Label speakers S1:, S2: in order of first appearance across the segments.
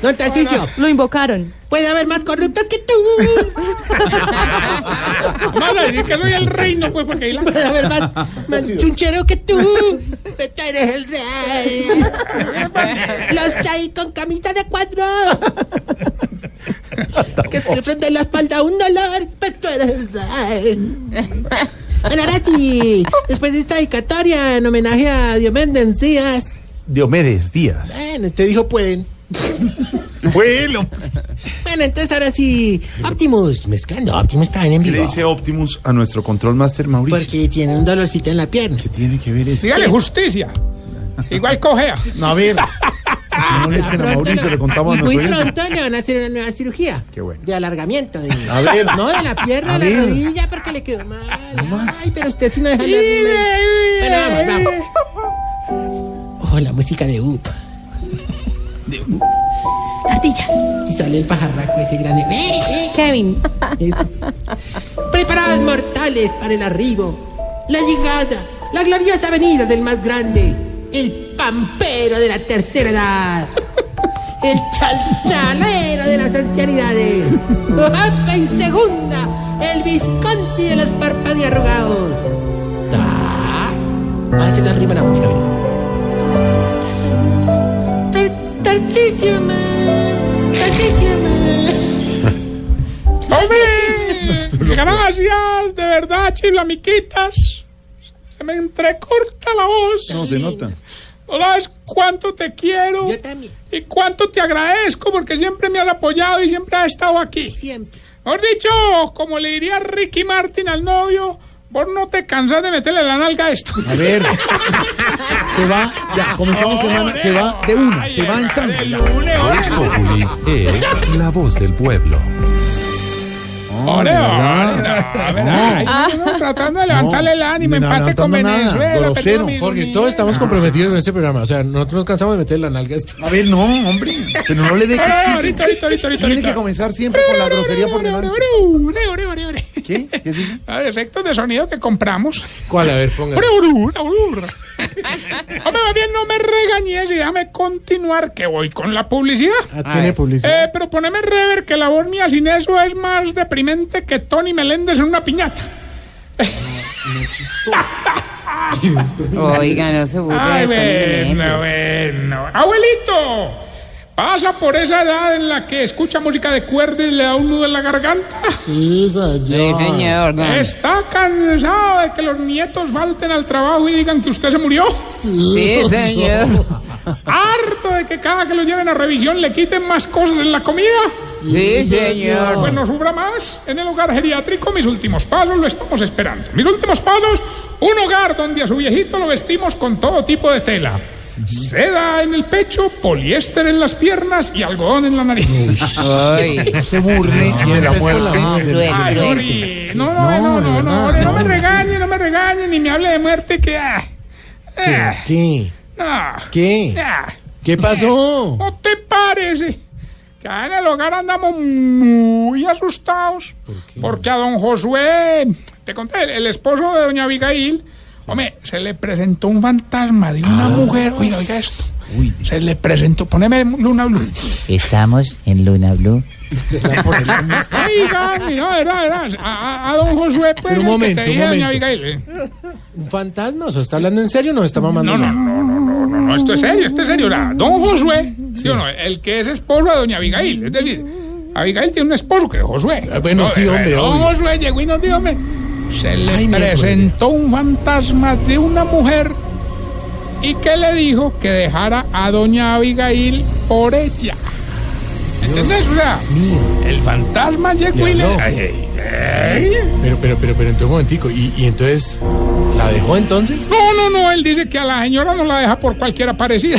S1: Don Tarcicio,
S2: Lo invocaron.
S1: puede haber más corruptos que tú.
S3: Van a decir que soy el reino, pues, porque ahí la...
S1: Puede haber más, más chunchero que tú. Pero tú eres el rey. Los hay con camisa de cuadro. Que sufren de la espalda un dolor. Pero tú eres el rey. Bueno, ahora sí, después de esta dedicatoria en homenaje a Diomedes Díaz.
S4: Diomedes Díaz.
S1: Bueno, te dijo pueden.
S4: Bueno.
S1: Bueno, entonces ahora sí, Optimus, mezclando Optimus Prime en
S4: ¿Qué le
S1: vivo.
S4: dice Optimus a nuestro control master Mauricio?
S1: Porque tiene un dolorcito en la pierna.
S4: ¿Qué tiene que ver eso?
S3: Dígale justicia. Igual cojea.
S4: No, a ver. No molesten a Mauricio, le contamos a
S1: Y muy
S4: nuestro oyente.
S1: pronto le van a hacer una nueva cirugía.
S4: Qué bueno.
S1: De alargamiento. De,
S4: A ver.
S1: No, de la pierna
S4: A
S1: a la
S4: ver.
S1: rodilla porque le quedó mal. Ay, pero usted sí no deja leer. Bueno, vamos, vamos. Oh, la música de UPA.
S5: Ardilla.
S1: Y sale el pajarraco ese grande. ¡Eh, eh!
S2: Kevin,
S1: Eso. Preparados mortales para el arribo, la llegada, la gloriosa venida del más grande, el pampero de la tercera edad, el chalchalero de las ancianidades, Guapa y segunda, el visconti de los párpados arrugados. Ta. Ahora se la rima la música. mira. Tar- Tarcisio, ma. Tarcisio, ma.
S3: ¡Hombre! Gracias, de verdad, chilamiquitas. Se me entrecorta la
S4: No,
S3: voz.
S4: se nota.
S3: No sabes cuánto te quiero
S1: Yo también,
S3: y cuánto te agradezco porque siempre me has apoyado y siempre has estado aquí.
S1: siempre.
S3: Mejor dicho, como le diría Ricky Martin al novio, vos no te cansas de meterle la nalga a esto.
S4: A ver. Se va, ya,
S1: Oh,
S4: comenzamos semana, se va de una,
S3: Ay,
S4: se va
S3: ay,
S4: entrando.
S3: el lunes,
S6: Voz Populi es la voz del pueblo.
S3: Ole, ole,
S4: Ah,
S3: a ver, ay, no, tratando de levantarle el ánimo,
S4: no,
S3: empate con
S4: levantando nada,
S3: Venezuela.
S4: grosero, Ah.
S1: Porque todos estamos
S3: Eh,
S1: comprometidos en este programa. O sea, nosotros nos cansamos de meter la nalga a esto.
S4: A ver, no, hombre. Pero no le dejes que...
S3: Ahorita, ahorita, ahorita, ahorita.
S4: Tiene que comenzar siempre con la grosería por delante.
S3: Ore, ore, ore, ore.
S4: ¿Qué? ¿Qué dice?
S3: A ver, efectos de sonido que compramos.
S1: ¿Cuál? A ver, ponga.
S3: Ore, ore, ore, ore. Hombre, más bien no me regañes y déjame continuar que voy con la publicidad.
S1: Ah, tiene publicidad.
S3: Eh, pero poneme rever que la voz mía sin eso es más deprimente que Tony Meléndez en una piñata.
S7: Oiga, no se burle
S3: Ay,
S7: de Tony
S3: bueno,
S7: Meléndez.
S3: bueno. Abuelito, pasa por esa edad en la que escucha música de cuerda y le da un nudo en la garganta.
S1: Sí, señor.
S7: Sí, señor, don.
S3: ¿Está cansado de que los nietos falten al trabajo y digan que usted se murió?
S7: Sí, señor.
S3: ¿Harto de que cada que lo lleven a revisión le quiten más cosas en la comida?
S7: Sí, señor.
S3: Pues no sobra más. En el hogar geriátrico, mis últimos pasos lo estamos esperando. Mis últimos pasos, un hogar donde a su viejito lo vestimos con todo tipo de tela. Seda en el pecho, poliéster en las piernas y algodón en la nariz.
S7: Ay,
S4: No se burle de la muerte.
S7: cruel,
S3: Ay,
S7: cruel.
S3: Ori, no, no, no, no, no, no, Ori, no me regañe, no me regañe, ni me hable de muerte que... ah, ah,
S1: ¿Qué?
S3: no,
S1: ¿Qué?
S3: ah.
S1: ¿Qué pasó?
S3: ¿No te parece? Que en el hogar andamos muy asustados. Porque a don Josué, te conté, el, el esposo de doña Abigail, hombre, se le presentó un fantasma de
S1: Ah.
S3: una mujer. Oiga, oiga esto. se le presentó, poneme luna blue.
S7: Estamos en Luna Blue.
S3: Oiga, no, era, era, a, a- a don Josué, pues,
S1: Pero
S3: el
S1: un
S3: que
S1: momento,
S3: te
S1: un
S3: dije, doña
S1: momento.
S3: Abigail. eh.
S1: ¿Un fantasma? ¿O sea, está hablando en serio o nos está mamando?
S3: No, no, no, no, no, no, no, esto es serio, esto es serio. Ahora, don Josué, ¿sí o no? El que es esposo de doña Abigail. Es decir, Abigail tiene un esposo que es Josué.
S1: Ah, bueno, sí,
S3: eh,
S1: hombre,
S3: Don
S1: obvio.
S3: Josué llegó y nos dijo, hombre, se le
S1: Ay, mi
S3: presentó un fantasma de una mujer y que le dijo que dejara a doña Abigail por ella. ¿Entendés? O sea, el fantasma llegó y le...
S1: habló.
S3: Ay, ay, ay.
S1: Pero, pero, pero, pero, entonces un momentico. ¿Y, y entonces la dejó entonces?
S3: No, no, no, él dice que a la señora no la deja por cualquiera parecida.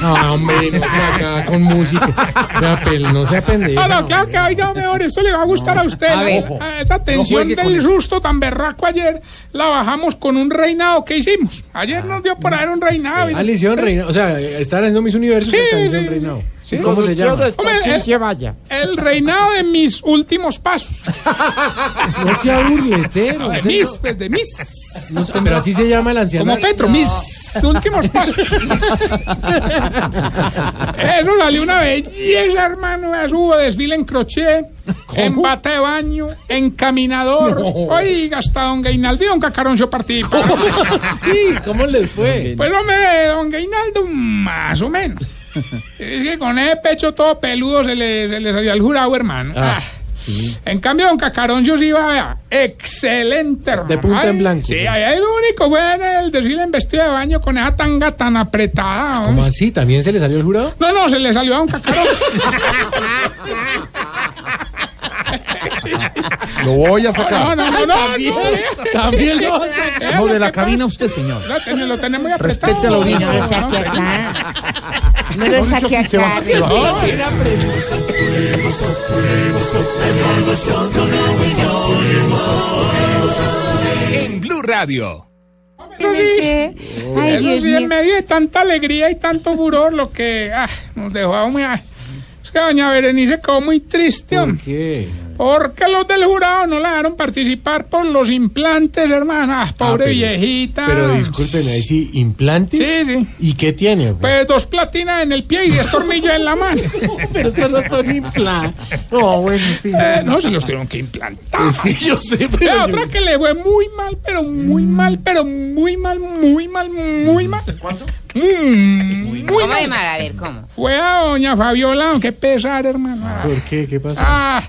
S4: Ah, hombre, no, acá con música. Vea, pel, no sea pendejo.
S3: Ah, no, claro que oiga mejor, esto le va a gustar a usted.
S4: A ver.
S3: ¿no? Ah, Esa tensión
S4: juegue con
S3: del
S4: eso.
S3: susto tan berraco ayer la bajamos con un reinado que hicimos. Ayer nos dio por haber un reinado. y-
S4: Ah, le hicieron reinado. O sea, estar haciendo mis universos
S3: Sí,
S4: está
S3: sí,
S4: haciendo
S3: sí.
S4: reinado.
S3: Sí.
S4: ¿Y ¿Cómo se llama?
S3: Hombre, el,
S2: vaya.
S3: el reinado de mis últimos pasos.
S4: No sea burletero.
S3: De
S4: en serio.
S3: mis, pues de mis.
S4: No, pero así se llama el anciano.
S3: Como Petro, mis últimos pasos. Eso salió una belleza, hermano. veas, Hubo desfile en crochet, en bata de baño, en caminador. Oiga, hasta don Gainaldi, don Cacaroncio participó.
S4: Sí, ¿cómo les fue?
S3: Pues hombre, don Gainaldo, más o menos. Es que con ese pecho todo peludo se le, se le salió al jurado, hermano.
S4: Ah,
S3: Ah. En cambio, don Cacaroncio sí iba, vea, excelente, hermano.
S4: punta en
S3: Ay,
S4: blanco.
S3: Sí, ahí el único, fue en el desfile en vestido de baño con esa tanga tan apretada.
S4: ¿Cómo
S3: hombre.
S4: así? ¿También se le salió el jurado?
S3: No, no, se le salió a don Cacaroncio.
S4: Lo voy a
S3: No, no, no, no, no,
S4: También lo hace.
S3: No, de la cabina
S4: usted, señor.
S3: Lo ten- Lo tenemos muy apretado.
S4: Respete a la audiencia.
S3: No, no,
S8: saque
S3: no.
S8: acá. No lo saque acá.
S6: En Blue Radio.
S8: Ay,
S3: Eso
S8: Dios
S3: sí, en
S8: mío.
S3: medio de tanta alegría y tanto furor, lo que ah, nos dejó a muy... ah, Es que doña Berenice quedó muy triste,
S4: ¿Por
S3: hombre,
S4: qué? Ah,
S3: porque los del jurado no la dejaron participar por los implantes, hermana. Ah, pobre
S4: Ah, pero-
S3: viejita.
S4: Pero disculpen, eh. ahí sí, implantes.
S3: Sí, sí.
S4: ¿Y qué tiene? o qué?
S3: Pues dos platinas en el pie y diez tornillos en la mano.
S4: Pero eso no son implantes. No, bueno, en fin.
S3: Eh, no, se los tuvieron que implantar.
S4: Sí, yo sé,
S3: La
S4: pero. yo-
S3: otra que le fue muy mal, pero muy mal, pero muy mal, muy mal, muy mal. ¿Cuánto? Muy, muy mal.
S8: A ver, ¿cómo?
S3: Fue a doña Fabiola, aunque pesar, hermano. Ah,
S4: ¿Por qué? ¿Qué pasó?
S3: Ah,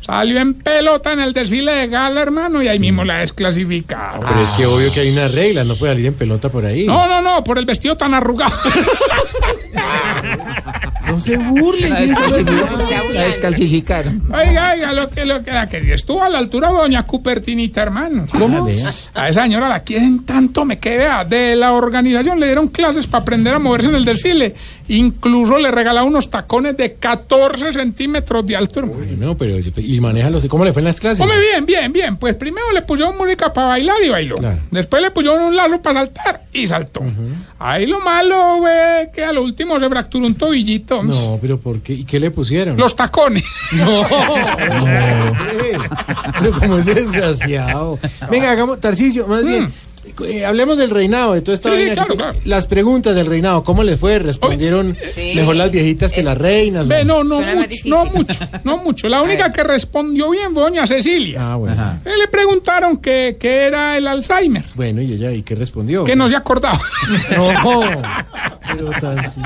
S3: salió en pelota en el desfile de gala, hermano, y ahí mismo la desclasificaron.
S4: Pero es que obvio que hay una regla, no puede salir en pelota por ahí.
S3: No, no, no, por el vestido tan arrugado.
S4: No se burlen.
S2: La descalcificaron.
S3: oiga, oiga, lo que, lo que la quería. Estuvo a la altura de doña Cupertinita, hermano.
S4: ¿Cómo?
S3: A esa señora la quieren tanto, me quedé vea, de la organización. Le dieron clases para aprender a moverse en el desfile. Incluso le regalaron unos tacones de 14 centímetros de alto, hermano.
S4: No, pero y maneja los ¿Cómo le fue en las clases?
S3: Hombre, bien, bien, bien. Pues primero le pusieron música para bailar y bailó.
S4: Claro.
S3: Después le pusieron un lazo para saltar y saltó. Ahí lo malo, güey, que a lo último se fracturó un tobillito.
S4: No, pero ¿por qué? ¿Y qué le pusieron?
S3: Los tacones.
S4: No, no, hombre. pero como es desgraciado. Venga, hagamos, Tarcicio, más bien, eh, hablemos del reinado, de toda esta
S3: Mm. Sí,
S4: vaina.
S3: claro,
S4: que-
S3: claro. Oh,
S4: Las preguntas del reinado, ¿cómo les fue? ¿Respondieron mejor las viejitas que las reinas?
S3: Ve, no, no
S8: Suena más
S3: mucho,
S8: difícil.
S3: no mucho, no mucho. La única que respondió bien fue doña Cecilia.
S4: Ah, bueno.
S3: Eh, Le preguntaron que, que era el Alzheimer,
S4: Bueno, y ella, ¿y qué respondió?
S3: que no se acordaba.
S4: No, pero Tarcicio.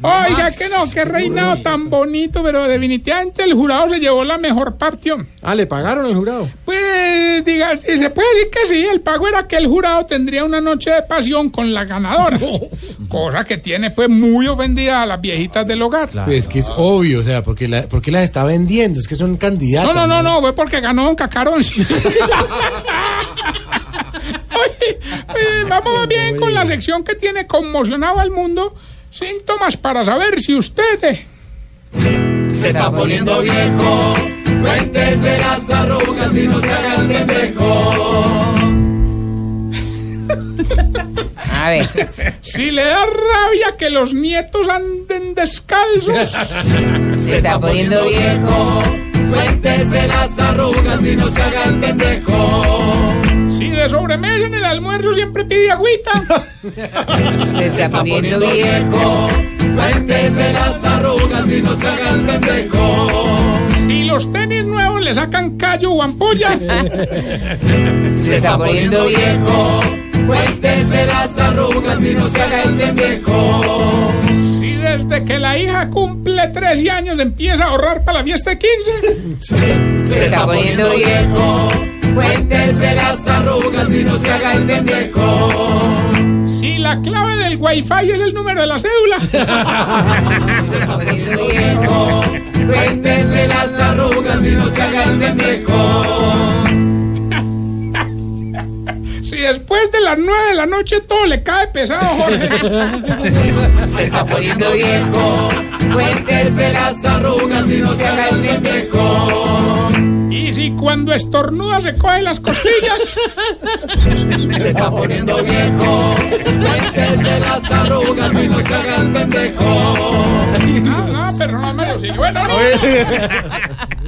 S3: Oiga, que no, que reinado tan bonito, pero definitivamente el jurado se llevó la mejor partión.
S4: Ah, ¿le pagaron al jurado?
S3: Pues, diga, si se puede decir que sí, el pago era que el jurado tendría una noche de pasión con la ganadora. Cosa que tiene, pues, muy ofendida a las viejitas del hogar.
S4: Pues que es obvio, o sea, porque, la, porque las está vendiendo, es que son
S3: No,
S4: candidatos.
S3: no, no, no, fue porque ganó Don Cacarón. Oye, oye, vamos más bien con la sección que tiene conmocionado al mundo. Síntomas para saber si usted. eh,
S8: A ver.
S3: Si le da rabia que los nietos anden descalzos.
S8: Se está poniendo viejo.
S3: si de sobremesa en el almuerzo siempre pide agüita.
S8: Se está poniendo viejo.
S3: Si los tenis nuevos le sacan callo o ampolla.
S8: Se está poniendo viejo.
S3: si desde que la hija cumple 13 años empieza a ahorrar para la fiesta de 15.
S8: Se está poniendo viejo.
S3: si la clave del wifi es el número de la cédula.
S8: Se está poniendo viejo.
S3: si de después de las 9 de la noche todo le cae pesado, Jorge.
S8: Se está poniendo viejo. Cuéntese las arrugas y no se haga el pendejo.
S3: Y si cuando estornuda se coge las costillas.
S8: Se está poniendo viejo. Cuéntese las arrugas y no se haga el pendejo.
S3: Ah, no, pero no me lo sigue. Bueno, no.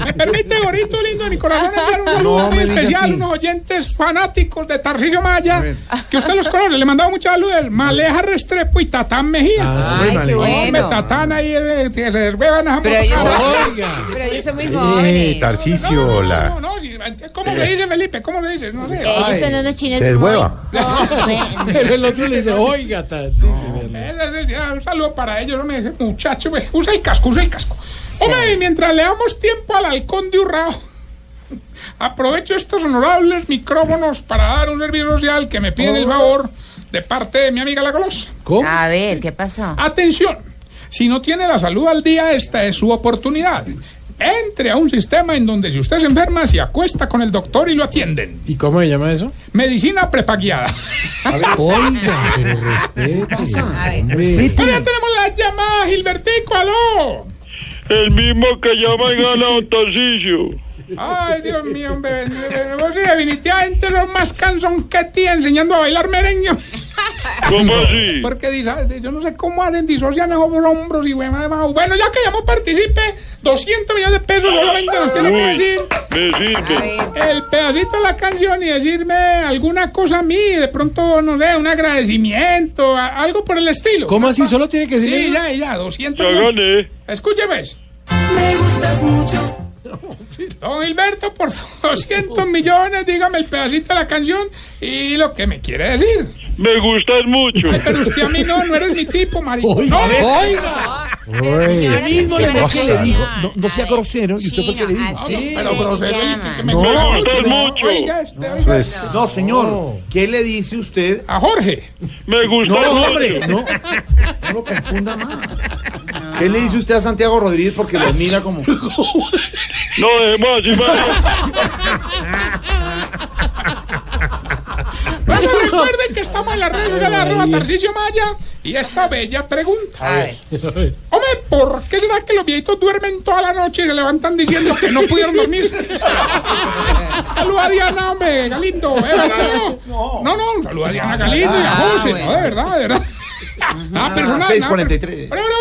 S3: ¿Me permite, Gorito lindo de mi corazón, enviar un saludo
S4: No
S3: muy
S4: me diga
S3: especial
S4: así.
S3: a unos oyentes fanáticos de Tarcillo Maya? Que usted los conoce, le mandaba mucha salud del Maleja Restrepo y Tatán Mejía.
S4: Ah, sí,
S9: Ay,
S4: Maleja.
S9: qué
S3: Hombre,
S9: bueno.
S3: Tatán ahí eh, que se deshuevan a
S9: Pero ellos son,
S4: Oiga.
S9: pero ellos son muy jóvenes.
S10: Tarcicio,
S3: No,
S10: la.
S3: no, si- ¿cómo le dice Felipe? ¿Cómo le dice? No sé.
S9: Ellos son unos chinos
S10: Se deshueva.
S9: muy jóvenes.
S4: Pero el otro le dice, oiga, Tarcisio. ¿verdad?
S3: Eh, eh, eh, Un saludo para ellos, me dice, muchacho, ve, usa el casco, usa el casco. Hombre, y mientras le damos tiempo al halcón de Urrao, aprovecho estos honorables micrófonos para dar un servicio social que me piden el favor de parte de mi amiga La Colosa.
S4: ¿Cómo?
S9: A ver, ¿qué pasó?
S3: Atención, si no tiene la salud al día, esta es su oportunidad. Entre a un sistema en donde si usted se enferma, se acuesta con el doctor y lo atienden.
S4: ¿Y cómo se llama eso?
S3: Medicina prepagueada. Ah.
S4: Oiga, pero respete. hombre.
S3: Bueno, ya tenemos la llamada, Gilbertico, aló.
S11: El mismo que llama y gana un torcillo.
S3: Ay, Dios mío, hombre. Vos sí, definitivamente sos más cansón que ti enseñando a bailar merengue.
S11: ¿Cómo así?
S3: Porque dice, yo no sé cómo hacen, disocian esos hombros y demás. Bueno, ya que llamó, participe. 200 millones de pesos solamente nos tiene que decir
S11: Me sirve.
S3: el pedacito de la canción y decirme alguna cosa a mí. De pronto, no sé, un agradecimiento, a- algo por el estilo.
S4: ¿Cómo así? ¿Solo tiene que decirle
S3: Sí,
S4: eso?
S3: ya, ya, 200
S11: Ya
S3: millones.
S11: gané.
S3: Escúcheme. Don Gilberto, por 200 millones, dígame el pedacito de la canción y lo que me quiere decir.
S11: Me gustas mucho.
S3: Ay, pero usted a mí no, no eres mi tipo, marico.
S4: Oiga,
S3: No, no,
S4: oiga.
S9: Señora,
S4: mismo le
S9: señora,
S4: que le dijo.
S9: señora.
S10: No, no sea grosero. ¿Y usted por qué le dijo?
S9: Chino, así
S3: pero
S9: se
S3: grosero,
S9: llama.
S3: y que me
S10: No.
S3: gusta
S11: Me gustas mucho.
S3: Oiga, este, oiga.
S10: Pues,
S12: No, señor. ¿Qué le dice usted?
S3: A Jorge.
S11: Me
S12: No,
S11: gustas
S12: hombre,
S11: mucho.
S12: no. No lo confunda más. ¿Qué le dice usted a Santiago Rodríguez porque lo mira como.
S11: No, dejemos así, Mario.
S3: Bueno, recuerden que estamos en la red de la arroba Tarcisio Maya y esta bella pregunta.
S9: A ver.
S3: Hombre, ¿por qué será que los viejitos duermen toda la noche y se levantan diciendo que no pudieron dormir? Saluda a Diana, hombre, Galindo. ¿eh, verdad, no? No, no, un saludo a Diana Galindo y a
S9: Ah,
S3: José.
S9: bueno.
S3: No, de verdad, de verdad. Nada Ah, personal. nada
S12: 6:43.
S3: per- Pero, pero,